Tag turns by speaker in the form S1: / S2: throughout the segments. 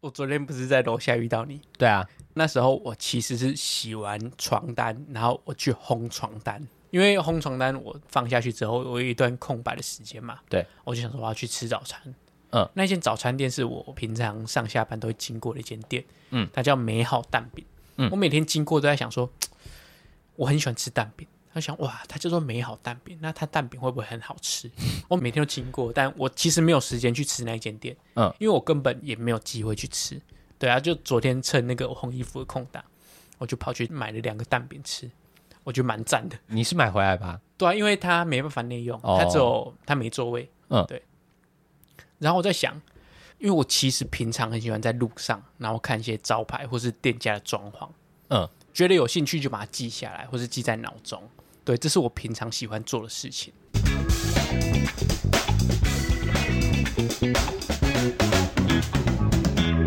S1: 我昨天不是在楼下遇到你，
S2: 对啊，
S1: 那时候我其实是洗完床单，然后我去烘床单，因为烘床单我放下去之后，我有一段空白的时间嘛，
S2: 对，
S1: 我就想说我要去吃早餐。
S2: 嗯，
S1: 那间早餐店是我平常上下班都会经过的一间店，
S2: 嗯，
S1: 它叫美好蛋饼。
S2: 嗯
S1: 我每天经过都在想说，嘖我很喜欢吃蛋饼。他想哇，它叫做美好蛋饼，那它蛋饼会不会很好 吃？我每天都经过，但我其实没有时间去吃那间店，
S2: 嗯，
S1: 因为我根本也没有机会去吃。对啊，就昨天趁那个我烘衣服的空档，我就跑去买了两个蛋饼吃，我觉得蛮赞的。
S2: 你是买回来吧？
S1: 对啊，因为它没办法内用，
S2: 哦
S1: 它只有它没座位。
S2: 嗯
S1: 对。然后我在想，因为我其实平常很喜欢在路上，然后看一些招牌或是店家的装潢，
S2: 嗯，
S1: 觉得有兴趣就把它记下来，或是记在脑中。对，这是我平常喜欢做的事情。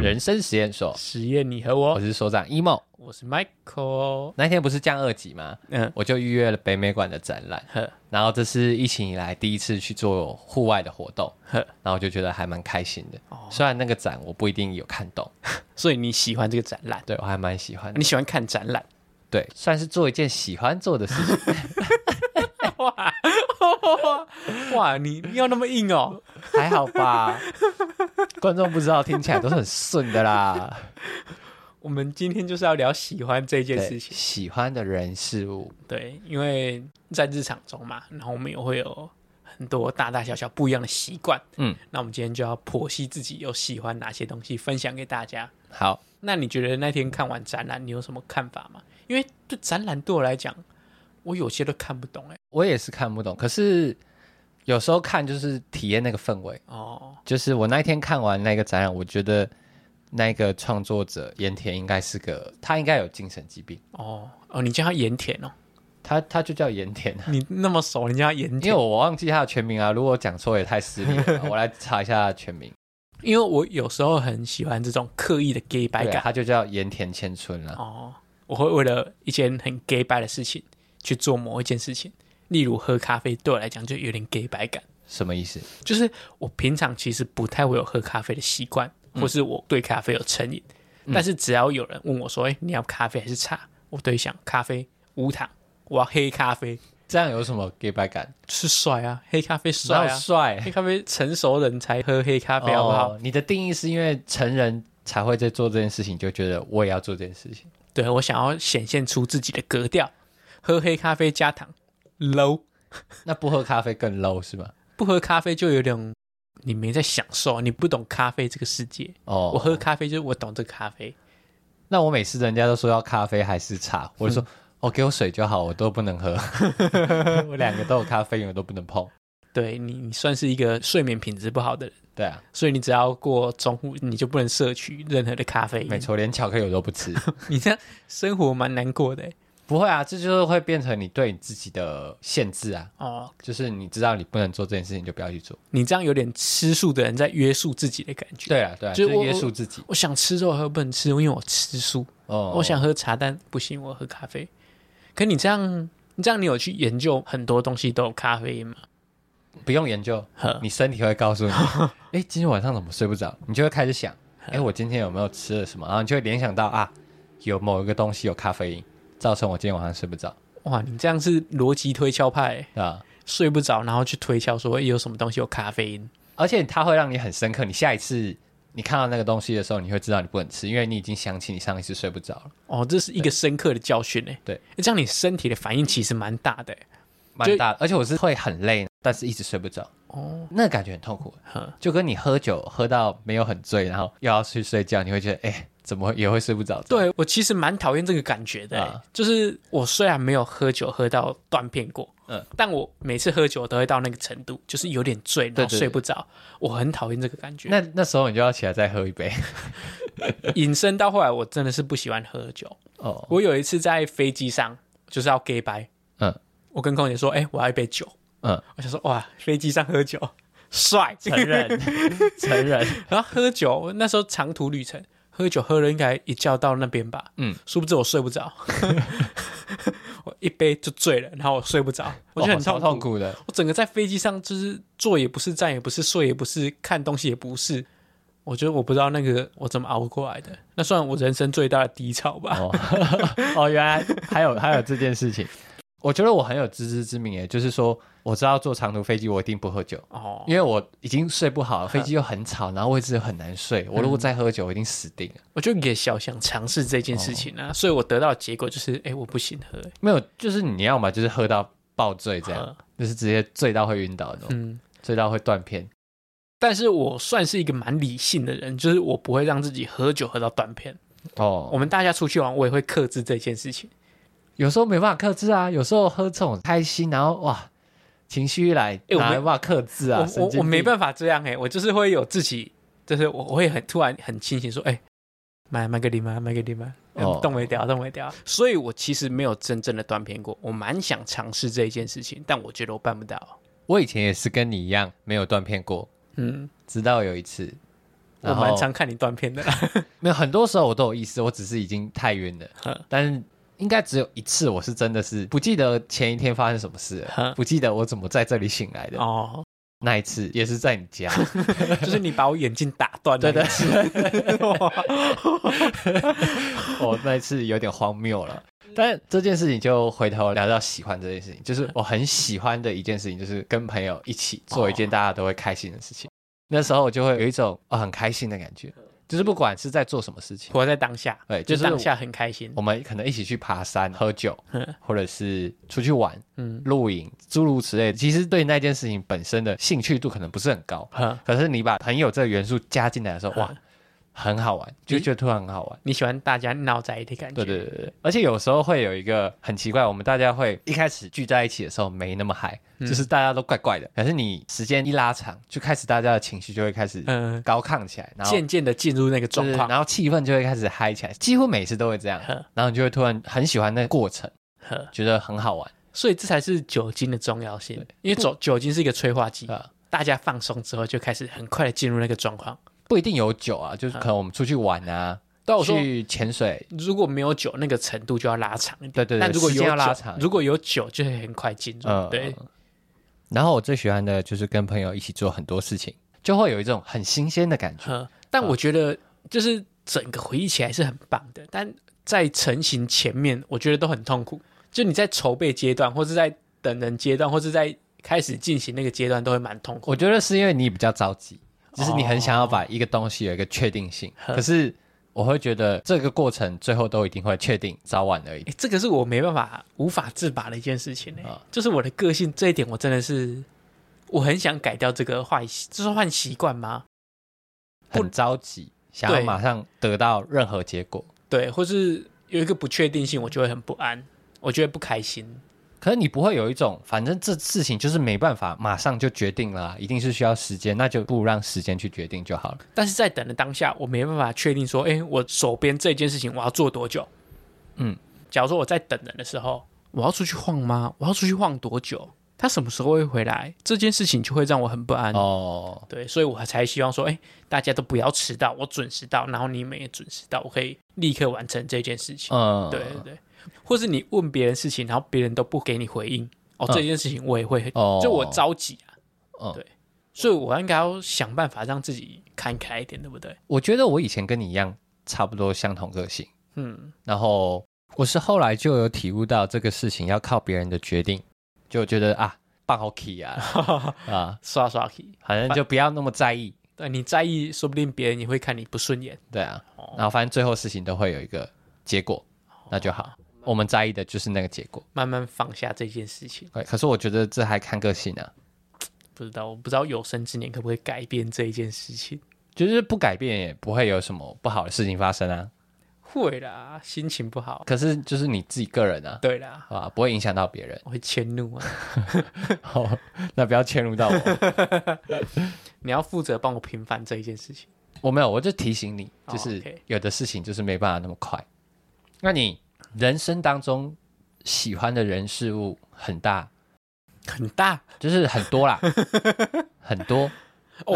S2: 人生实验所，
S1: 实验你和
S2: 我
S1: 我，
S2: 是所长 emo。
S1: 我是 Michael。
S2: 那天不是降二级吗？
S1: 嗯，
S2: 我就预约了北美馆的展览，
S1: 呵
S2: 然后这是疫情以来第一次去做户外的活动，
S1: 呵，哦
S2: 然后我就觉得还蛮开心的。虽然那个展我不一定有看懂，
S1: 所以你喜欢这个展览？
S2: 对我还蛮喜欢的
S1: 你。喜欢看展览？
S2: 对，算是做一件喜欢做的事 情。
S1: 哇哇，你你要那么硬哦？
S2: 还好吧？观众不知道，听起来都是很顺的啦。
S1: 我们今天就是要聊喜欢这件
S2: 对，
S1: 事情。
S2: 喜欢的人事物，
S1: 对，因为在日常中嘛，然后我们也会有很多大大小小不一样的习惯。
S2: 嗯，
S1: 那我们今天就要剖析自己有喜欢哪些东西，分享给大家。
S2: 好，
S1: 那你觉得那天看完展览，你有什么看法吗？因为对展览对我来讲，我有些都看不懂哎、
S2: 我也是看不懂，可是有时候看就是体验那个氛围。
S1: 哦，
S2: 就是我那一天看完那个展览，我觉得那个创作者盐田应该是个，他应该有精神疾病，
S1: 哦，哦，你叫他盐田哦，
S2: 他他就叫盐田啊。
S1: 你那么熟，你叫他盐
S2: 因为
S1: 田。
S2: 我忘记他的全名啊，如果讲错也太失礼了。 我来查一下他的全名，
S1: 因为我有时候很喜欢这种刻意的 gay 白
S2: 对啊
S1: 感。
S2: 他就叫盐田千春啊啦。
S1: 哦，我会为了一件很 gay 白的事情去做某一件事情，例如喝咖啡，对我来讲就有点 gay 白感。
S2: 什么意思？
S1: 就是我平常其实不太会有喝咖啡的习惯，或是我对咖啡有成瘾，但是只要有人问我说：“哎、你要咖啡还是茶？”我对想咖啡无糖，我要黑咖啡，
S2: 这样有什么 gay 白感？
S1: 是帅啊，黑咖啡帅
S2: 哪有
S1: 啊，
S2: 帅、
S1: 黑咖啡成熟人才喝黑咖啡好不好？
S2: 哦，你的定义是因为成人才会在做这件事情，就觉得我也要做这件事情。
S1: 对我想要显现出自己的格调，喝黑咖啡加糖，low。
S2: 那不喝咖啡更 low 是吗？
S1: 不喝咖啡就有点你没在享受，你不懂咖啡这个世界。
S2: 哦，
S1: 我喝咖啡就是我懂这个咖啡，
S2: 那我每次人家都说要咖啡还是茶，我就说哦，给我水就好，我都不 能喝，我两个都有咖啡因，我都不能碰。
S1: 对你，你算是一个睡眠品质不好的人，
S2: 对啊，
S1: 所以你只要过中午，你就不能摄取任何的咖啡因
S2: 没，错，连巧克力我都不吃。
S1: 你这样生活蛮难过的欸
S2: 不会啊，这就是会变成你对你自己的限制啊，
S1: 哦。
S2: 就是你知道你不能做这件事情，就不要去做。
S1: 你这样有点吃素的人在约束自己的感觉。
S2: 对啊，对啊，
S1: 就
S2: 就是是
S1: 我
S2: 约束自己。
S1: 我想吃肉，喝不能吃，因为我吃素。
S2: 哦，
S1: 我想喝茶，但不行，我喝咖啡。可你这样，你这样，你有去研究很多东西都有咖啡因吗？
S2: 不用研究
S1: 呵，
S2: 你身体会告 诉你，哎，今天晚上怎么睡不着？你就会开始想，哎，我今天有没有吃了什么？然后你就会联想到啊，有某一个东西有咖啡因，造成我今天晚上睡不着，
S1: 哇，你这样是逻辑推敲派欸、
S2: 对吧？
S1: 睡不着，然后去推敲说诶有什么东西有咖啡因。
S2: 而且它会让你很深刻，你下一次你看到那个东西的时候，你会知道你不能吃，因为你已经想起你上一次睡不着了，
S1: 哦，这是一个深刻的教训呢。
S2: 对
S1: 诶，这样你身体的反应其实蛮大的诶。
S2: 蛮大的。而且我是会很累，但是一直睡不着，
S1: 哦，
S2: 那感觉很痛苦
S1: 呵，
S2: 就跟你喝酒喝到没有很醉，然后又要去睡觉，你会觉得哎，怎么会也会睡不着？，
S1: 对我其实蛮讨厌这个感觉的诶、
S2: 啊
S1: 就是我虽然没有喝酒喝到断片过，
S2: 嗯，
S1: 但我每次喝酒都会到那个程度，就是有点醉，
S2: 对
S1: 然后睡不着。我很讨厌这个感觉。
S2: 那那时候你就要起来再喝一杯
S1: 引申到后来，我真的是不喜欢喝酒。
S2: 哦，
S1: 我有一次在飞机上就是要 gay 白，
S2: 嗯
S1: 我跟空姐说：“哎、我要一杯酒。”
S2: 嗯，
S1: 我想说，哇，飞机上喝酒帅，
S2: 承 认承认。
S1: 然后喝酒，我那时候长途旅程，喝酒喝了应该一觉到那边吧，
S2: 嗯，
S1: 殊不知我睡不着，我一杯就醉了，然后我睡不着，我觉得很
S2: 哦超
S1: 痛
S2: 痛苦 的。
S1: 我整个在飞机上就是坐也不是，站也不是，睡也不是，看东西也不是，我觉得我不知道那个我怎么熬过来的，那算我人生最大的低潮吧。
S2: 哦，哦，原来还有还有这件事情。 我觉得我很有自知之明诶，就是说我知道坐长途飞机我一定不喝酒，
S1: 哦，
S2: 因为我已经睡不好了，飞机又很吵，然后位置又很难睡。
S1: 嗯
S2: 我如果再喝酒，我一定死定了。
S1: 我就也小想尝试这件事情啊，所以我得到的结果就是，哎、我不行喝、欸
S2: 没有，就是你要嘛，就是喝到爆醉这样，就是直接醉到会晕倒那种，
S1: 嗯，
S2: 醉到会断片。
S1: 但是我算是一个蛮理性的人，就是我不会让自己喝酒喝到断片。
S2: 哦
S1: 我，们大家出去玩，我也会克制这件事情。
S2: 有时候没办法克制啊，有时候喝这种开心，然后哇，情绪一来，
S1: 我
S2: 哪
S1: 没
S2: 有办法克制啊？
S1: 我我我没
S2: 法，
S1: 办法这样哎、我就是会有自己，就是我我会很突然很清醒说，哎、买买个零吗？买个零吗？
S2: 哦
S1: 动没掉，动没掉。所以我其实没有真正的断片过，我蛮想尝试这一件事情，但我觉得我办不到。
S2: 我以前也是跟你一样没有断片过，
S1: 嗯，
S2: 直到有一次，
S1: 我
S2: 然后
S1: 蛮常看你断片的啦。
S2: 没有很多时候我都有意识，我只是已经太晕
S1: 嗯
S2: 了，但是。应该只有一次，我是真的是不记得前一天发生什么事了
S1: 嗯
S2: 不记得我怎么在这里醒来的。
S1: 哦，
S2: 那一次也是在你家，
S1: 就是你把我眼镜打断那
S2: 对
S1: 一
S2: 对
S1: 次。
S2: 我哦那一次有点荒谬了。但这件事情就回头聊到喜欢这件事情，就是我很喜欢的一件事情，就是跟朋友一起做一件大家都会开心的事情。那时候我就会有一种、哦、很开心的感觉，就是不管是在做什么事情，
S1: 活在当下，
S2: 对
S1: 就
S2: 就是
S1: 当下很开心
S2: 我。们可能一起去爬山、喝酒
S1: 嗯，
S2: 或者是出去玩、
S1: 嗯，
S2: 露营、诸如此类的。其实对那件事情本身的兴趣度可能不是很高，
S1: 呵，
S2: 可是你把朋友这个元素加进来的时 候，哇
S1: 嗯，
S2: 很好玩，就觉得突然很好玩。
S1: 你喜欢大家闹在一起的感觉？
S2: 对对对对，而且有时候会有一个很奇怪，我们大家会一开始聚在一起的时候没那么嗨、
S1: 嗯
S2: 就是大家都怪怪的。可是你时间一拉长，就开始大家的情绪就会开始
S1: 嗯，
S2: 高亢起来，然后
S1: 渐渐的进入那个状
S2: 就是
S1: 况。
S2: 然后气氛就会开始嗨起来，几乎每次都会这样
S1: 呵。
S2: 然后你就会突然很喜欢那个过程，
S1: 呵，
S2: 觉得很好玩。
S1: 所以这才是酒精的重要性，因为酒酒精是一个催化剂，
S2: 啊
S1: 大家放松之后就开始很快的进入那个状况。
S2: 不一定有酒啊，就是可能我们出去玩啊，
S1: 但我说，
S2: 去潜水，
S1: 如果没有酒，那个程度就要拉长一点。
S2: 对对对，
S1: 但如果
S2: 时
S1: 有
S2: 间要
S1: 酒
S2: 拉长，
S1: 如果有酒，就会很快进入。
S2: 嗯
S1: 对，
S2: 然后我最喜欢的就是跟朋友一起做很多事情，就会有一种很新鲜的感觉。
S1: 呵但
S2: 嗯
S1: 我觉得就是整个回忆起来是很棒的，但在成型前面，我觉得都很痛苦。就你在筹备阶段，或是在等人阶段，或是在开始进行那个阶段，都会蛮痛苦。
S2: 我觉得是因为你比较着急，就是你很想要把一个东西有一个确定性，
S1: 哦
S2: 可是我会觉得这个过程最后都一定会确定，早晚而已。
S1: 欸，这个是我没办法无法自拔的一件事情呢、欸
S2: 啊
S1: 就是我的个性这一点，我真的是我很想改掉这个坏习，这是坏习惯吗？
S2: 很着急，想要
S1: 对
S2: 马上得到任何结果。
S1: 对，或是有一个不确定性，我就会很不安，我就会不开心。
S2: 可是你不会有一种，反正这事情就是没办法马上就决定了、啊，一定是需要时间，那就不如让时间去决定就好了。
S1: 但是在等的当下，我没办法确定说，哎、我手边这件事情我要做多久？
S2: 嗯，
S1: 假如说我在等人的时候，我要出去晃吗？我要出去晃多久？他什么时候会回来？这件事情就会让我很不安。
S2: 哦，
S1: 对，所以我才希望说，哎，大家都不要迟到，我准时到，然后你们也准时到，我可以立刻完成这件事情。
S2: 嗯，
S1: 对对对，或是你问别人事情，然后别人都不给你回应，哦，
S2: 嗯
S1: 这件事情我也会，
S2: 哦
S1: 就我着急啊，
S2: 嗯
S1: 对，所以我应该要想办法让自己看开一点，对不对？
S2: 我觉得我以前跟你一样，差不多相同个性，
S1: 嗯，
S2: 然后我是后来就有体悟到这个事情要靠别人的决定，就觉得啊，办好 key 啊 啊，
S1: 刷刷题，
S2: 反正就不要那么在意，
S1: 对你在意，说不定别人也会看你不顺眼。
S2: 对啊
S1: 哦，
S2: 然后反正最后事情都会有一个结果，那就好。
S1: 哦
S2: 我们在意的就是那个结果，
S1: 慢慢放下这件事情，
S2: 对可是我觉得这还看个性啊，
S1: 不知道，我不知道有生之年可不可以改变这一件事情。
S2: 就是不改变也不会有什么不好的事情发生啊。
S1: 会啦，心情不好。
S2: 可是就是你自己个人啊，
S1: 对啦，
S2: 啊，不会影响到别人。
S1: 我会迁怒 啊！
S2: 好，那不要迁入 到我。
S1: 你要负责帮我平反这一件事情。
S2: 我没有，我就提醒你，
S1: 哦
S2: 就
S1: OK
S2: 是有的事情就是没办法那么快。那你人生当中喜欢的人事物很大，
S1: 很大，
S2: 就是很 多啦，很多。
S1: 哦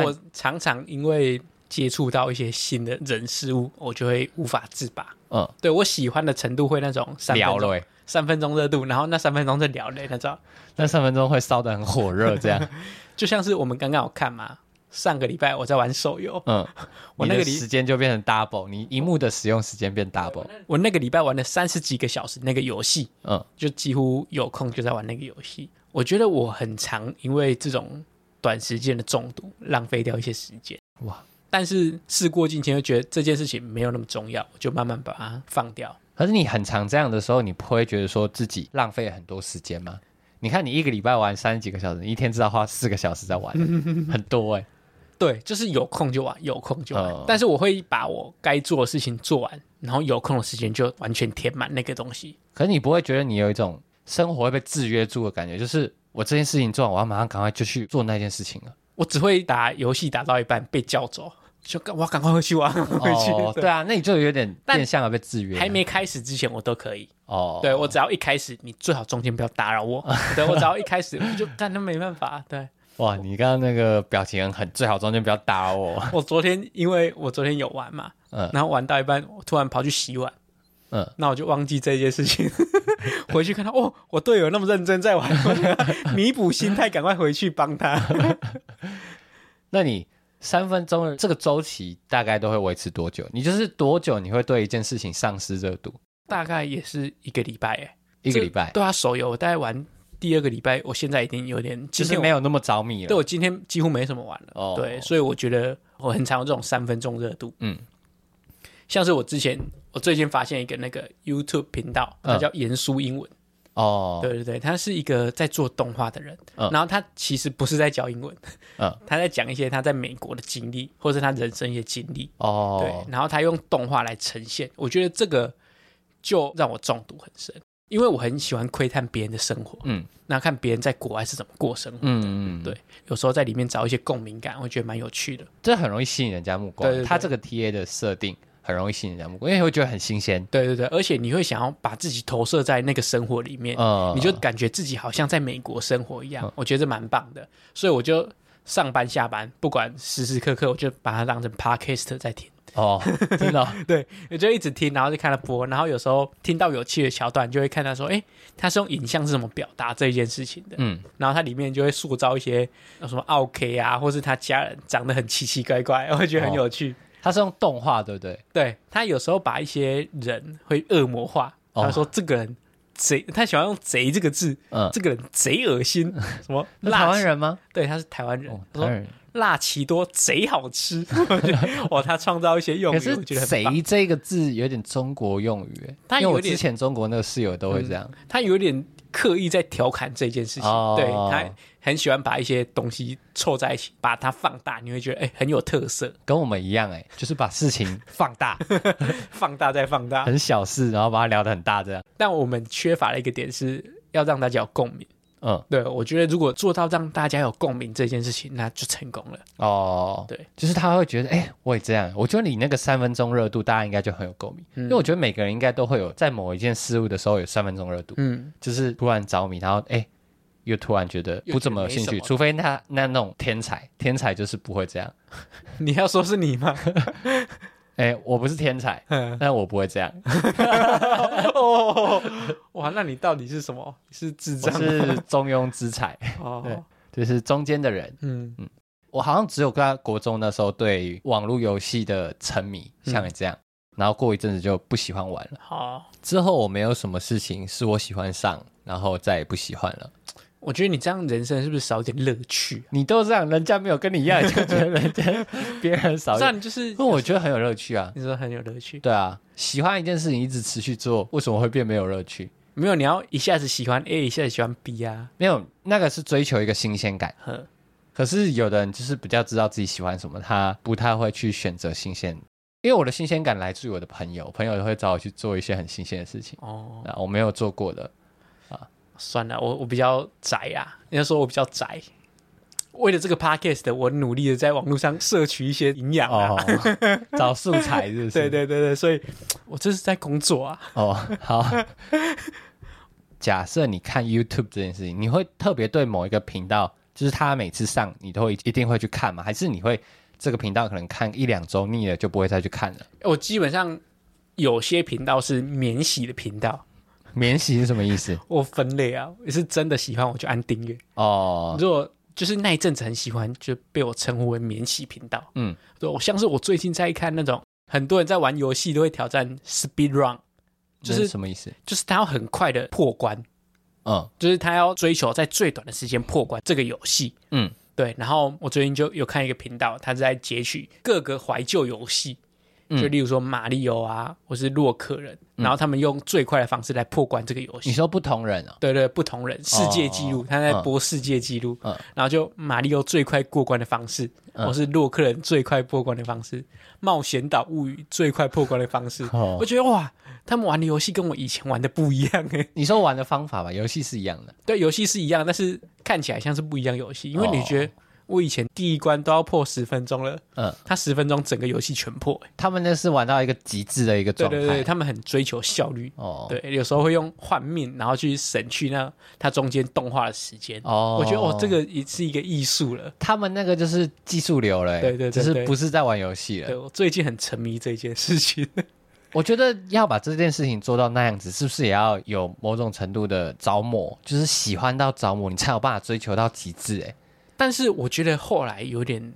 S1: 我常常因为接触到一些新的人事物，我就会无法自拔。
S2: 嗯，
S1: 对我喜欢的程度会那种三分
S2: 聊
S1: 钟
S2: 了、欸，
S1: 三分钟热度，然后那三分钟再聊嘞那种，
S2: 那三分钟会烧得很火热，这样
S1: 就像是我们刚刚有看嘛，《上个礼拜我在玩手游，
S2: 嗯，
S1: 我
S2: 你
S1: 那个
S2: 的
S1: 礼
S2: 时间就变成 double，你荧幕的使用时间变 double，
S1: 哦我那个礼拜玩了三十几个小时那个游戏，
S2: 嗯，
S1: 就几乎有空就在玩那个游戏。我觉得我很常因为这种短时间的中毒，浪费掉一些时间。
S2: 哇！
S1: 但是事过境迁，又觉得这件事情没有那么重要，我就慢慢把它放掉。
S2: 可是你很常这样的时候，你不会觉得说自己浪费很多时间吗？你看你一个礼拜玩三十几个小时，你一天至少花四个小时在玩，很多哎、
S1: 对，就是有空就玩，有空就玩。
S2: 哦
S1: 但是我会把我该做的事情做完，然后有空的时间就完全填满那个东西。
S2: 可是你不会觉得你有一种生活会被制约住的感觉，就是我这件事情做完，我要马上赶快就去做那件事情了。
S1: 我只会打游戏打到一半被叫走，就我要赶快回去玩，回去。
S2: 哦，对啊，那你就有点变相的被制约了。
S1: 还没开始之前我都可以。
S2: 哦，
S1: 对我只要一开始，你最好中间不要打扰 我。对我只要一开始我就干，那没办法。对
S2: 哇，你刚刚那个表情很，最好中间不要打我。
S1: 我昨天，因为我昨天有玩嘛，
S2: 嗯
S1: 然后玩到一半，我突然跑去洗碗，
S2: 嗯，
S1: 那我就忘记这件事情。 回去看到哦，我队友那么认真在玩， 我就弥补心态，赶快回去帮 他。
S2: 那你三分钟的这个周期大概都会维持多久？你就是多久你会对一件事情丧失热度？
S1: 大概也是一个礼拜，哎，
S2: 一个礼拜，
S1: 对啊，手游我大概玩第二个礼拜，我现在已经有点，
S2: 就
S1: 今
S2: 是
S1: 天
S2: 没
S1: 有，
S2: 有那么着迷了。
S1: 对我今天几乎没什么玩了。
S2: 哦
S1: 对，所以我觉得我很常有这种三分钟热度。
S2: 嗯，
S1: 像是我之前，我最近发现一个那个 YouTube 频道，它
S2: 嗯
S1: 叫盐酥英文。
S2: 哦，
S1: 对对对，他是一个在做动画的人，
S2: 嗯
S1: 然后他其实不是在教英文，
S2: 嗯
S1: 他在讲一些他在美国的经历，或是他人生一些经历。对
S2: 哦，，
S1: 然后他用动画来呈现，我觉得这个就让我中毒很深，因为我很喜欢窥探别人的生活，
S2: 嗯
S1: 那看别人在国外是怎么过生活。
S2: 嗯嗯，
S1: 对有时候在里面找一些共鸣感，我觉得蛮有趣的。
S2: 这很容易吸引人家目光。
S1: 对对对
S2: 他这个 TA 的设定很容易吸引人家目光，因为会觉得很新鲜。
S1: 对对对，而且你会想要把自己投射在那个生活里面，
S2: 嗯
S1: 你就感觉自己好像在美国生活一样，我觉得这蛮棒的。所以我就上班下班，不管时时刻刻，我就把它当成 podcast 在听，
S2: 哦，真的哦、
S1: 我就一直听，然后就看他播，然后有时候听到有趣的桥段，就会看他说，诶，他是用影像是怎么表达这一件事情的，
S2: 嗯，
S1: 然后它里面就会塑造一些呃什么 OK 啊，或是他家人长得很奇奇怪怪，我会
S2: 哦
S1: 觉得很有趣。
S2: 他是用动画，对不对？
S1: 对他有时候把一些人会恶魔化，
S2: 哦
S1: 他说这个人贼，他喜欢用“贼”这个字，
S2: 嗯，
S1: 这个人贼恶 心，什么
S2: 那台
S1: 辣
S2: 湾
S1: 奇，
S2: 人吗？
S1: 对，他是台湾人，
S2: 哦，
S1: 他
S2: 台湾
S1: 说
S2: 人。
S1: 辣奇多贼好吃， 哇，哦他创造一些用
S2: 可
S1: 语，
S2: 是
S1: 我觉得很棒，
S2: 谁这个字有点中国用语欸，
S1: 它
S2: 因为我
S1: 有点嗯
S2: 之前中国那个室友都会这样。
S1: 他有点刻意在调侃这件事情，
S2: 哦
S1: 对他很喜欢把一些东西凑在一起，把它放大，你会觉得哎、很有特色，
S2: 跟我们一样哎、就是把事情放大，
S1: 放大再放 大。
S2: 很小事，然后把它聊得很大这样。
S1: 但我们缺乏的一个点是要让大家有共鸣。
S2: 嗯，
S1: 对，我觉得如果做到让大家有共鸣这件事情，那就成功了。
S2: 哦，
S1: 对，
S2: 就是他会觉得，哎、我也这样。我觉得你那个三分钟热度，大家应该就很有共鸣，
S1: 嗯
S2: 因为我觉得每个人应该都会有在某一件事物的时候有三分钟热度，
S1: 嗯，
S2: 就是突然着迷，然后哎、又突然觉得
S1: 又
S2: 不怎么有兴
S1: 觉得没
S2: 趣，
S1: 什么
S2: 除非他那那种天才，天才就是不会这样。
S1: 你要说是你吗？
S2: 哎、我不是天才，
S1: 嗯
S2: 但我不会 这样，
S1: 哦，哇，那你到底是什么？你是智
S2: 我
S1: 障吗？
S2: 是中庸之才， 对
S1: 哦，
S2: 就是中间的人。
S1: 嗯，
S2: 我好像只有在国中那时候对网络游戏的沉迷，
S1: 嗯
S2: 像你这样，然后过一阵子就不喜欢玩了。
S1: 好，
S2: 之后我没有什么事情是我喜欢上，然后再也不喜欢了。
S1: 我觉得你这样人生是不是少点乐趣？
S2: 你都这样，人家没有跟你一样，就觉得人家别人少
S1: 不
S2: 一
S1: 是 啊，
S2: 点。
S1: 你就是
S2: 那我觉得很有乐趣啊。
S1: 你说很有乐趣，
S2: 对啊，喜欢一件事情一直持续做，为什么会变没有乐趣？
S1: 没有你要一下子喜欢 A，一下子喜欢 B 啊，
S2: 没有，那个是追求一个新鲜感。
S1: 呵，
S2: 可是有的人就是比较知道自己喜欢什么，他不太会去选择新鲜，因为我的新鲜感来自于我的朋友，朋友会找我去做一些很新鲜的事情，
S1: 哦，
S2: 啊，我没有做过的，
S1: 算了，我我比较宅啊，人家说我比较宅。为了这个 podcast，我努力的在网络上摄取一些营养啊。
S2: 哦， 找素材 是不是？
S1: 对对对对，所以我这是在工作啊。
S2: 哦，好。假设你看 YouTube 这件事情，你会特别对某一个频道，就是他每次上，你都会一定会去看吗？还是你会这个频道可能看一两周腻了就不会再去看了？
S1: 我基本上有些频道是免洗的频道，
S2: 免洗是什么意思？
S1: 我分类啊，也是真的喜欢我就按订阅。
S2: 哦，
S1: 如果就是那一阵子很喜欢，就被我称呼为免洗频道。
S2: 嗯，
S1: 对我像是我最近在看那种很多人在玩游戏都会挑战 speed run，就
S2: 那
S1: 是
S2: 什么意思？
S1: 就是他要很快的破关，
S2: 嗯
S1: 就是他要追求在最短的时间破关这个游戏。
S2: 嗯，
S1: 对，然后我最近就有看一个频道，他是在截取各个怀旧游戏，
S2: 嗯
S1: 就例如说马里奥啊，或是洛克人，然后他们用最快的方式来破关这个游
S2: 你
S1: 戏。
S2: 说不同人啊？
S1: 对对，不同人世界纪录，
S2: 哦
S1: 他在播世界纪录，
S2: 嗯
S1: 然后就马里奥最快过关的方式，我是洛克人最快破关的方式，冒险岛物语最快破关的方式。
S2: 哦
S1: 我觉得哇，他们玩的游戏跟我以前玩的不一样哎、
S2: 你说玩的方法吧，游戏是一样的。
S1: 对，游戏是一样，但是看起来像是不一样游戏，因为
S2: 哦
S1: 你觉得我以前第一关都要破十分钟了，
S2: 嗯，
S1: 他十分钟整个游戏全破、欸。
S2: 他们那是玩到一个极致的一个
S1: 对
S2: 状态。
S1: 对对，他们很追求效率。
S2: 哦，
S1: 对，有时候会用换面，然后去省去那它中间动画的时间。
S2: 哦
S1: 我觉得哦，这个也是一个艺术了。
S2: 他们那个就是技术流了欸、
S1: 对对对
S2: 就是
S1: 对
S2: 不是在玩游戏
S1: 对
S2: 了。
S1: 我最近很沉迷这件事情。
S2: 我觉得要把这件事情做到那样子，是不是也要有某种程度的着魔，就是喜欢到着魔，你才有办法追求到极致、欸。哎，
S1: 但是我觉得后来有点，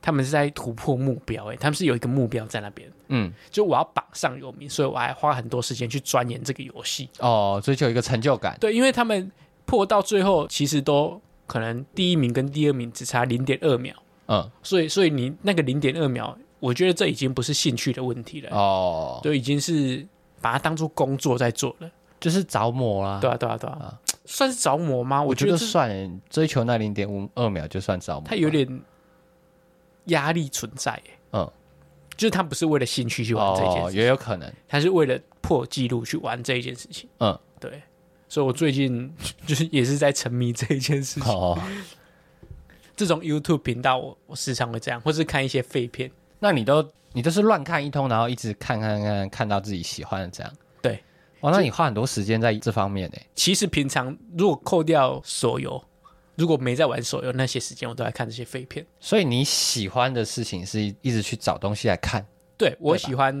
S1: 他们是在突破目标、欸，他们是有一个目标在那边，
S2: 嗯，
S1: 就我要榜上有名，所以我还花很多时间去钻研这个游戏。
S2: 哦，追求一个成就感。
S1: 对，因为他们破到最后，其实都可能第一名跟第二名只差零点二秒，
S2: 嗯，
S1: 所以所以你那个零点二秒，我觉得这已经不是兴趣的问题了，
S2: 哦，
S1: 都已经是把它当做工作在做了。
S2: 就是着魔啦。
S1: 对啊，对啊，对啊，算是着魔吗？我
S2: 我
S1: 觉得
S2: 觉得
S1: 这
S2: 算欸追求那零点五二秒就算着魔吧。
S1: 它有点压力存在、欸，
S2: 嗯，
S1: 就是他不是为了兴趣去玩这件
S2: 哦，
S1: 事，
S2: 也有 可能。
S1: 他是为了破纪录去玩这一件事情。
S2: 嗯，
S1: 对，所以我最近 就是也是在沉迷这一件事情。
S2: 哦，
S1: 这种 YouTube 频道我，我时常会这样，或是看一些废片。
S2: 那你都你都是乱看一通，然后一直看看看看到自己喜欢的这样。
S1: 对，
S2: 哇，那你花很多时间在这方面呢、欸
S1: 其实平常如果扣掉手游，如果没在玩手游那些时间，我都在看这些废片。
S2: 所以你喜欢的事情是一直去找东西来看。
S1: 对我
S2: 对吧
S1: 喜欢，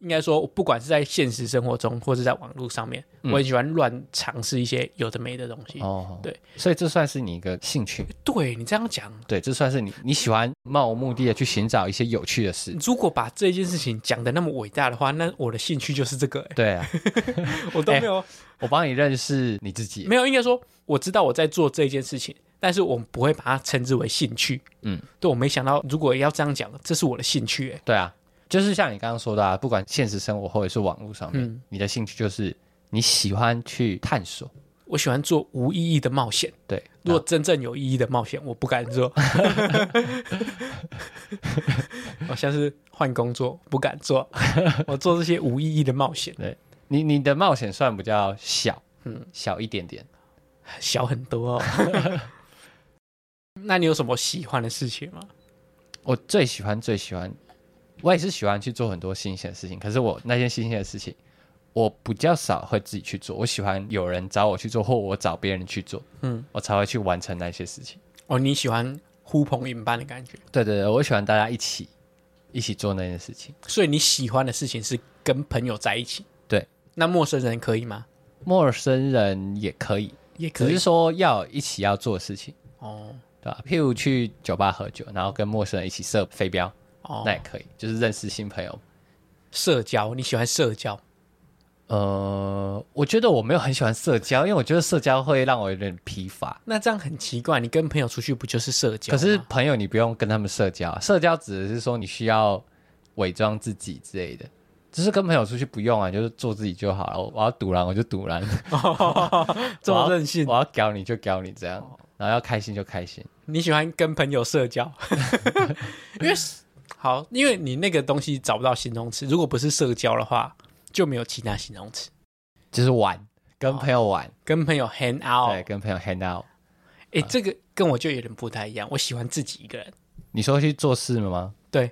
S1: 应该说，不管是在现实生活中，或是在网络上面，我很喜欢乱尝试一些有的没的东西。
S2: 哦，
S1: 对，
S2: 所以这算是你一个兴趣。
S1: 对你这样讲，
S2: 对，这算是你你喜欢漫无目的的去寻找一些有趣的事。
S1: 如果把这件事情讲的那么伟大的话，那我的兴趣就是这个、欸哎
S2: 对啊，
S1: 我都没有、
S2: 我帮你认识你自己。
S1: 没有，应该说我知道我在做这件事情，但是我们不会把它称之为兴趣。
S2: 嗯，
S1: 对我没想到，如果要这样讲，这是我的兴趣、欸。
S2: 对啊，就是像你刚刚说的、啊，不管现实生活或者是网络上面，
S1: 嗯
S2: 你的兴趣就是你喜欢去探索。
S1: 我喜欢做无意义的冒险。
S2: 对，
S1: 如果真正有意义的冒险，我不敢做。 我像是换工作，不敢做。我做这些无意义的冒险，
S2: 你你的冒险算比较小，嗯，小一点点。
S1: 小很多、哦。 那你有什么喜欢的事情吗？
S2: 我最喜欢最喜欢，我也是喜欢去做很多新鲜的事情。可是我那些新鲜的事情，我比较少会自己去做。我喜欢有人找我去做，或我找别人去做，
S1: 嗯，
S2: 我才会去完成那些事情。
S1: 哦，你喜欢呼朋引伴的感觉，
S2: 对对对，我喜欢大家一起一起做那件事情。
S1: 所以你喜欢的事情是跟朋友在一起。
S2: 对，
S1: 那陌生人可以吗？
S2: 陌生人也可以，
S1: 也
S2: 只是说要一起要做的事情，
S1: 哦
S2: 对吧？譬如去酒吧喝酒，然后跟陌生人一起射飞镖，
S1: 哦
S2: 那，也可以，就是认识新朋友。
S1: 社交，你喜欢社交？
S2: 呃，我觉得我没有很喜欢社交，因为我觉得社交会让我有点疲乏。
S1: 那这样很奇怪，你跟朋友出去不就是社交
S2: 可
S1: 吗？
S2: 是朋友，你不用跟他们社交啊，社交只是说你需要伪装自己之类的，只是跟朋友出去不用啊，你就是做自己就好了。我我要堵拦我就堵拦，
S1: 这么任性，哦
S2: 我要屌你就屌你这样，然后要开心就开心。
S1: 你喜欢跟朋友社交？ 因为好，因为你那个东西找不到形容词，如果不是社交的话，就没有其他形容词。
S2: 就是玩，跟朋友玩，
S1: 跟朋友 hang
S2: 对，
S1: out，
S2: 跟朋友 hang out。
S1: 哎，这个跟我就有点不太一样。我喜欢自己一个人，
S2: 你说去做事了吗？
S1: 对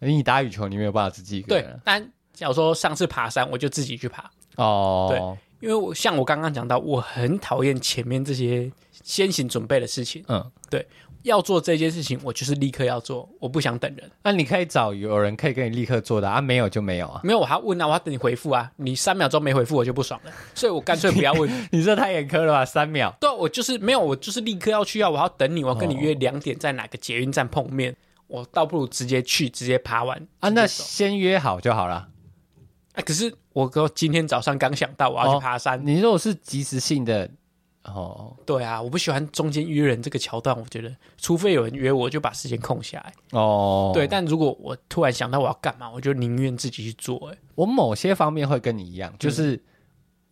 S2: 你打啊羽球你没有办法自己一个
S1: 对
S2: 人。
S1: 但假如说上次爬山，我就自己去爬。
S2: 哦，
S1: 因为我像我刚刚讲到，我很讨厌前面这些先行准备的事情。
S2: 嗯，
S1: 要做这件事情，我就是立刻要做，我不想等人。
S2: 那、你可以找有人可以跟你立刻做的啊，没有就没有啊。
S1: 没有，我还要问啊，我要等你回复啊。你三秒钟没回复，我就不爽了，所以我干脆不要 问。
S2: 你这太严苛了吧？三秒，
S1: 对，我就是没有，我就是立刻要去啊，我要等你，我要跟你
S2: 哦
S1: 约两点在哪个捷运站碰面。我倒不如直接去，直接爬完
S2: 啊，那
S1: 直接走
S2: 先约好就好了。
S1: 啊，可是我哥今天早上刚想到我要去爬山。
S2: 你如果是即时性的，哦
S1: 对啊，我不喜欢中间约人这个桥段，我觉得除非有人约我，就把时间空下来。
S2: 哦，
S1: 对，但如果我突然想到我要干嘛，我就宁愿自己去做、欸。
S2: 我某些方面会跟你一样，就是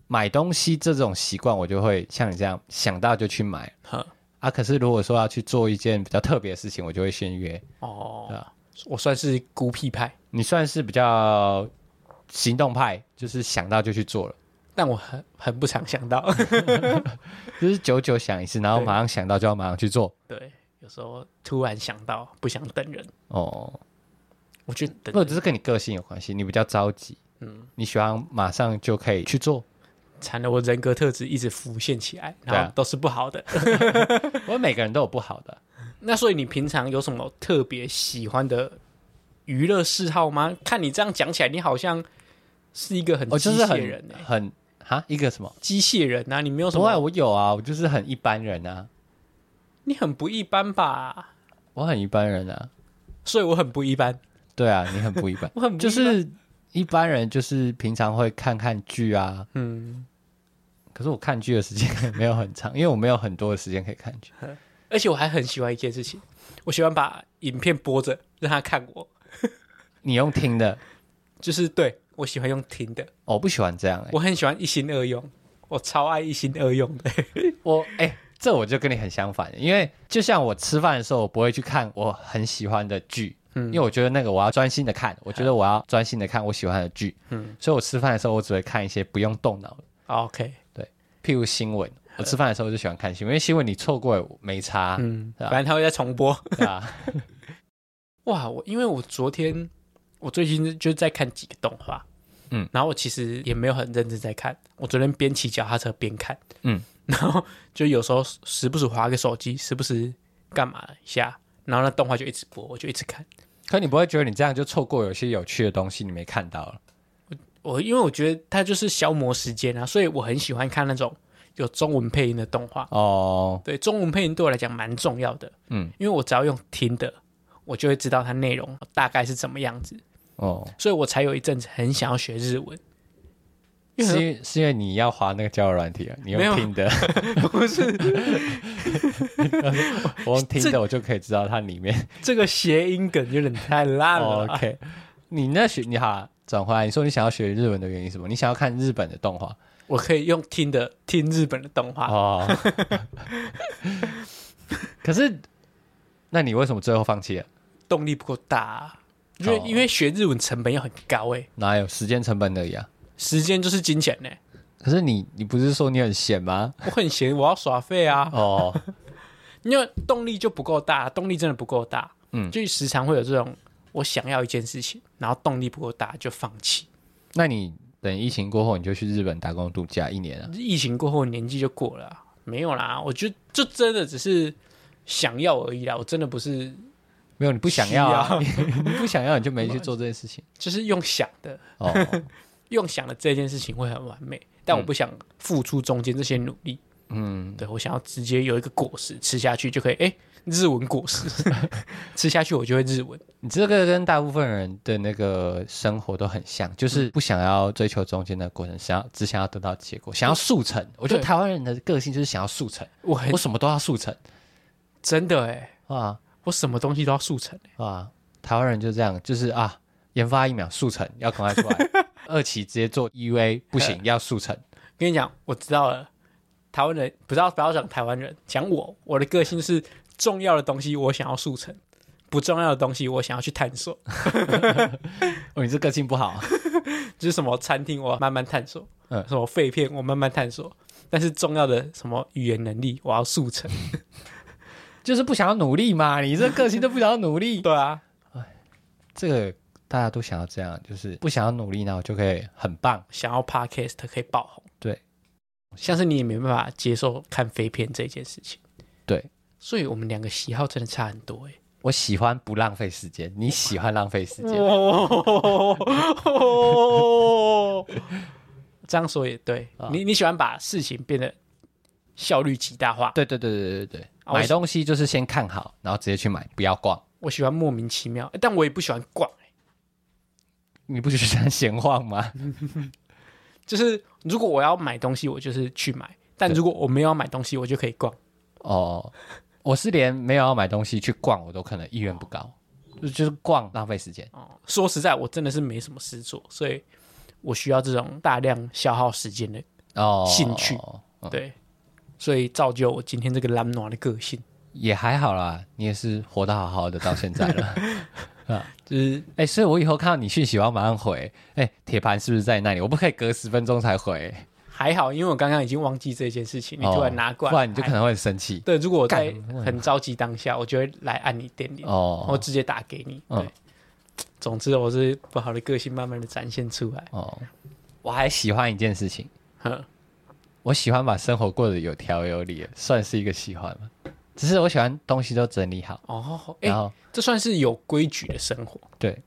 S2: 买东西这种习惯，我就会像你这样想到就去买
S1: 呵，
S2: 啊。可是如果说要去做一件比较特别的事情，我就会先约。
S1: 哦，
S2: 对啊
S1: 我算是孤僻派，
S2: 你算是比较行动派，就是想到就去做了，
S1: 但我很很不常想 到。
S2: 就是久久想一次，然后
S1: 对
S2: 马上想到就要马上去做。
S1: 对，有时候突然想到不想等人，
S2: 哦，
S1: 我觉得
S2: 不
S1: 等
S2: 过
S1: 人
S2: 这是跟你个性有关系，你比较着急，嗯，你喜欢马上就可以 去做。
S1: 惨了，我人格特质一直浮现起来，
S2: 对啊
S1: 然后都是不好的。
S2: 我觉得每个人都有不好的，
S1: 那所以你平常有什么特别喜欢的娱乐嗜好吗？看你这样讲起来，你好像是一个很
S2: 我、哦、
S1: 机
S2: 就是
S1: 械
S2: 很
S1: 人、欸，
S2: 很哈一个什么？
S1: 机械人啊，你没有什
S2: 不会，
S1: 么，
S2: 我有啊，我就是很一般人啊，
S1: 你很不一般吧？
S2: 我很一般人啊。
S1: 所以我很不一般，，
S2: 对啊，你很不一 般
S1: 我很不一般
S2: 就是一般人就是平常会看看剧啊，
S1: 嗯。
S2: 可是我看剧的时间 没有很长，因为我没有很多的时间可以看剧。
S1: 而且我还很喜欢一件事情，我喜欢把影片播着让他看我，
S2: 你用听的，
S1: 就是对我喜欢用听的，
S2: 我不喜欢这样、欸，
S1: 我很喜欢一心二用，我超爱一心二用的。
S2: 我哎、这我就跟你很相反，因为就像我吃饭的时候，我不会去看我很喜欢的剧，
S1: 嗯
S2: 因为我觉得那个我要专心的看，我觉得我要专心的看我喜欢的剧，
S1: 嗯
S2: 所以我吃饭的时候我只会看一些不用动脑的，
S1: 啊 OK，
S2: 譬如新闻。我吃饭的时候我就喜欢看新闻，因为新闻你错过也没差，
S1: 嗯，
S2: 对啊
S1: 反正他会再重播。
S2: 对吧？
S1: 哇，我因为我昨天我最近就在看几个动画，
S2: 嗯，
S1: 然后我其实也没有很认真在看，我昨天边骑脚踏车边看，
S2: 嗯，
S1: 然后就有时候时不时划个手机，时不时干嘛一下，然后那动画就一直播，我就一直看。
S2: 可你不会觉得你这样就错过有些有趣的东西你没看到了？
S1: 我因为我觉得它就是消磨时间啊，所以我很喜欢看那种有中文配音的动画。
S2: 哦，
S1: 对，中文配音对我来讲蛮重要的，
S2: 嗯，
S1: 因为我只要用听的，我就会知道它内容大概是怎么样子，
S2: 哦，
S1: 所以我才有一阵子很想要学日文。因为
S2: 是因为是因为你要滑那个交友软体啊，你
S1: 没有
S2: 用听的，
S1: 不是
S2: 我用听
S1: 这
S2: 的我就可以知道它里面。
S1: 这个谐音梗有点太烂了啦。
S2: OK，你那学你好转回来，你说你想要学日文的原因是什么？你想要看日本的动画
S1: 我可以用听的听日本的动画，
S2: 哦。 可是，那你为什么最后放弃了？
S1: 动力不够大、啊，因为、
S2: 哦
S1: 因为学日文成本要很高诶、
S2: 哪有时间成本而已啊？
S1: 时间就是金钱呢、
S2: 可是你你不是说你很闲吗？
S1: 我很闲，我要耍废啊。
S2: 哦，
S1: 因为动力就不够大，动力真的不够大，
S2: 嗯
S1: 就时常会有这种我想要一件事情，然后动力不够大就放弃。
S2: 那你等疫情过后你就去日本打工度假一年啊？
S1: 疫情过后年纪就过了啊、没有啦，我就就真的只是想要而已啦，我真的不是
S2: 没有，你不想要啊？ 你不想要你就没去做这件事情
S1: 就是用想的，
S2: 哦。
S1: 用想的这件事情会很完美，但我不想付出中间这些努力。
S2: 嗯，
S1: 对我想要直接有一个果实吃下去就可以，哎，日文果 实吃下去我就会日文。
S2: 你这个跟大部分人的那个生活都很像，就是不想要追求中间的过程，想要只想要得到结果，想要速成。我觉得
S1: 对
S2: 台湾人的个性就是想要速成，
S1: 我很
S2: 我什么都要速成，
S1: 真的哎，
S2: 哎哇
S1: 我什么东西都要速成。
S2: 哇！台湾人就这样，就是啊，研发疫苗速成，要赶快出 来。二期直接做 EUA 不行，要速成。
S1: 跟你讲，我知道了，台湾人不知道不要讲台湾人，讲我，我的个性是重要的东西我想要速成，不重要的东西我想要去探索，
S2: 哦，你这个性不好，
S1: 就是什么餐厅我慢慢探索，
S2: 嗯
S1: 什么废片我慢慢探索，但是重要的什么语言能力我要速成，
S2: 就是不想要努力嘛。你这个性都不想要努力，
S1: 对啊，
S2: 这个大家都想要这样，就是不想要努力，那我就可以很棒。
S1: 想要 podcast 可以爆红，
S2: 对，西。
S1: 像是你也没办法接受看飞片这件事情。
S2: 对，
S1: 所以我们两个喜好真的差很多哎、
S2: 我喜欢不浪费时间，你喜欢浪费时间。
S1: 嗯
S2: 哦
S1: 哇，这样说也对，
S2: 啊
S1: 你你喜欢把事情变得效率极大化，
S2: 对对对对对对
S1: 啊
S2: 对，
S1: 我
S2: 买
S1: 喜
S2: 东西就是先看好，然后直接去买，不要逛。
S1: 我喜欢莫名其妙，但我也不喜欢逛、
S2: 你不觉得这样闲 晃吗？
S1: 就是如果我要买东西，我就是去买；但
S2: 对
S1: 如果我没有要买东西，我就可以逛。
S2: 哦，我是连没有要买东西去逛，我都可能意愿不高，就就是逛浪费时间。
S1: 哦，说实在，我真的是没什么事做，所以我需要这种大量消耗时间的，
S2: 哦，
S1: 兴趣
S2: 嗯
S1: 对，所以造就我今天这个懒惰的个性，
S2: 也还好啦，你也是活得好好的到现在 了。
S1: 就是
S2: 哎、所以我以后看到你讯息，我要马上回。哎、铁盘是不是在那里？我不可以隔十分钟才回，
S1: 还好，因为我刚刚已经忘记这件事情，你突然拿过来，
S2: 哦不然你就
S1: 还
S2: 可能会很生气。
S1: 对，如果我在
S2: 干
S1: 很着急当下，我就会来按你电铃，我
S2: 哦
S1: 直接打给你。对，
S2: 嗯
S1: 总之我是不好的个性慢慢的展现出来。
S2: 哦，我还喜欢一件事情，
S1: 哼，
S2: 我喜欢把生活过得有条有理，算是一个喜欢吗？只是我喜欢东西都整理好，
S1: 哦，哎、
S2: 然后、
S1: 这算是有规矩的生活，
S2: 对，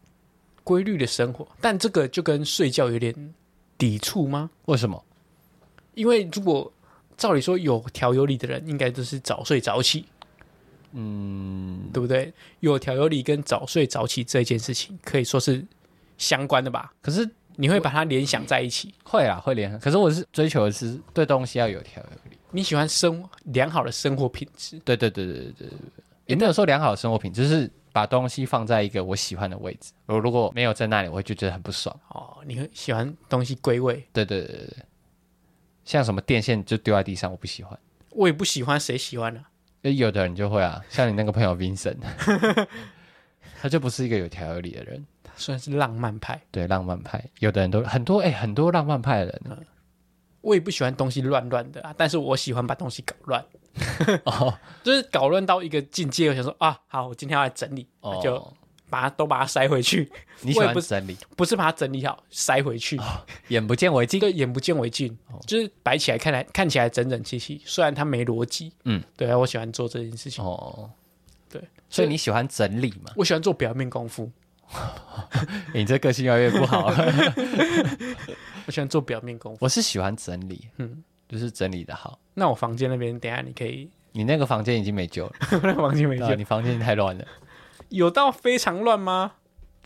S1: 规律的生活，但这个就跟睡觉有点抵触吗？
S2: 为什么？
S1: 因为如果照理说有条有理的人，应该都是早睡早起，
S2: 嗯，
S1: 对不对？有条有理跟早睡早起这件事情可以说是相关的吧？
S2: 可是
S1: 你会把它联想在一起。
S2: 会啊，会联合。可是我是追求的是对东西要有条有理。
S1: 你喜欢生良好的生活品质，
S2: 对对对对对对对，也没有说良好的生活品，就是把东西放在一个我喜欢的位置。我如果没有在那里，我会就觉得很不爽。
S1: 哦，你会喜欢东西归位，
S2: 对对对对对，像什么电线就丢在地上，我不喜欢。
S1: 我也不喜欢，谁喜欢呢、啊
S2: 就有的人就会啊，像你那个朋友 Vincent，他就不是一个有条有理的人。
S1: 他虽然是浪漫派，
S2: 对，浪漫派，有的人都很多哎、很多浪漫派的人啊
S1: 我也不喜欢东西乱乱的啊，但是我喜欢把东西搞乱，
S2: 哦
S1: 就是搞乱到一个境界，我想说啊，好，我今天要来整理，那就
S2: 哦，
S1: 把它都把它塞回去，
S2: 你喜
S1: 我也
S2: 欢
S1: 不是
S2: 整理，
S1: 不是把它整理好，塞回去，
S2: 哦眼不见为净。
S1: 对，眼不见为净，
S2: 哦
S1: 就是摆起来看来看起来整整齐齐，虽然它没逻辑，
S2: 嗯，
S1: 对啊，我喜欢做这件事情，
S2: 哦，
S1: 对，
S2: 所以你喜欢整理嘛？
S1: 我喜欢做表面功夫，
S2: 你这个性越来越不 好了。
S1: 我喜欢做表面功夫。
S2: 我是喜欢整理，
S1: 嗯
S2: 嗯，就是整理的好。
S1: 那我房间那边，等一下你可以，
S2: 你那个房间已经没救了，
S1: 我那个房间没
S2: 对
S1: 见
S2: 啊，你房间太乱了，
S1: 有到非常乱吗？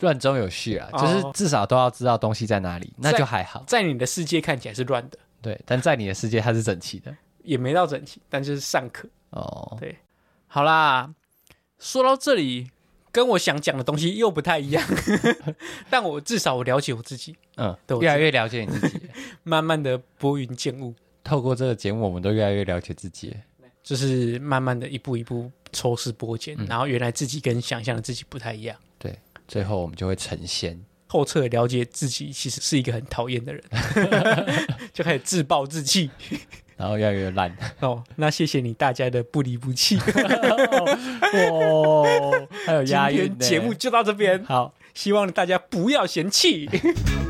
S2: 乱中有序啊，就
S1: 哦
S2: 是至少都要知道东西在哪里，那就还好。
S1: 在你的世界看起来是乱的，
S2: 对，但在你的世界它是整齐的。
S1: 也没到整齐，但就是尚可。
S2: 哦，
S1: 好啦，说到这里，跟我想讲的东西又不太一样， 但我至少我了解我自己，
S2: 嗯
S1: 对我，
S2: 越来越了解你自己。
S1: 慢慢的拨云见雾，
S2: 透过这个节目，我们都越来越了解自己。
S1: 就是慢慢的一步一步抽丝剥茧，然后原来自己跟想象的自己不太一样。
S2: 对，最后我们就会成仙。
S1: 后侧了解自己其实是一个很讨厌的人，就开始自暴自弃
S2: 然后越来越烂。
S1: 哦。那谢谢你大家的不离不弃，
S2: 哦，还有哦
S1: 今天节目就到这边，
S2: 好，
S1: 希望大家不要嫌弃。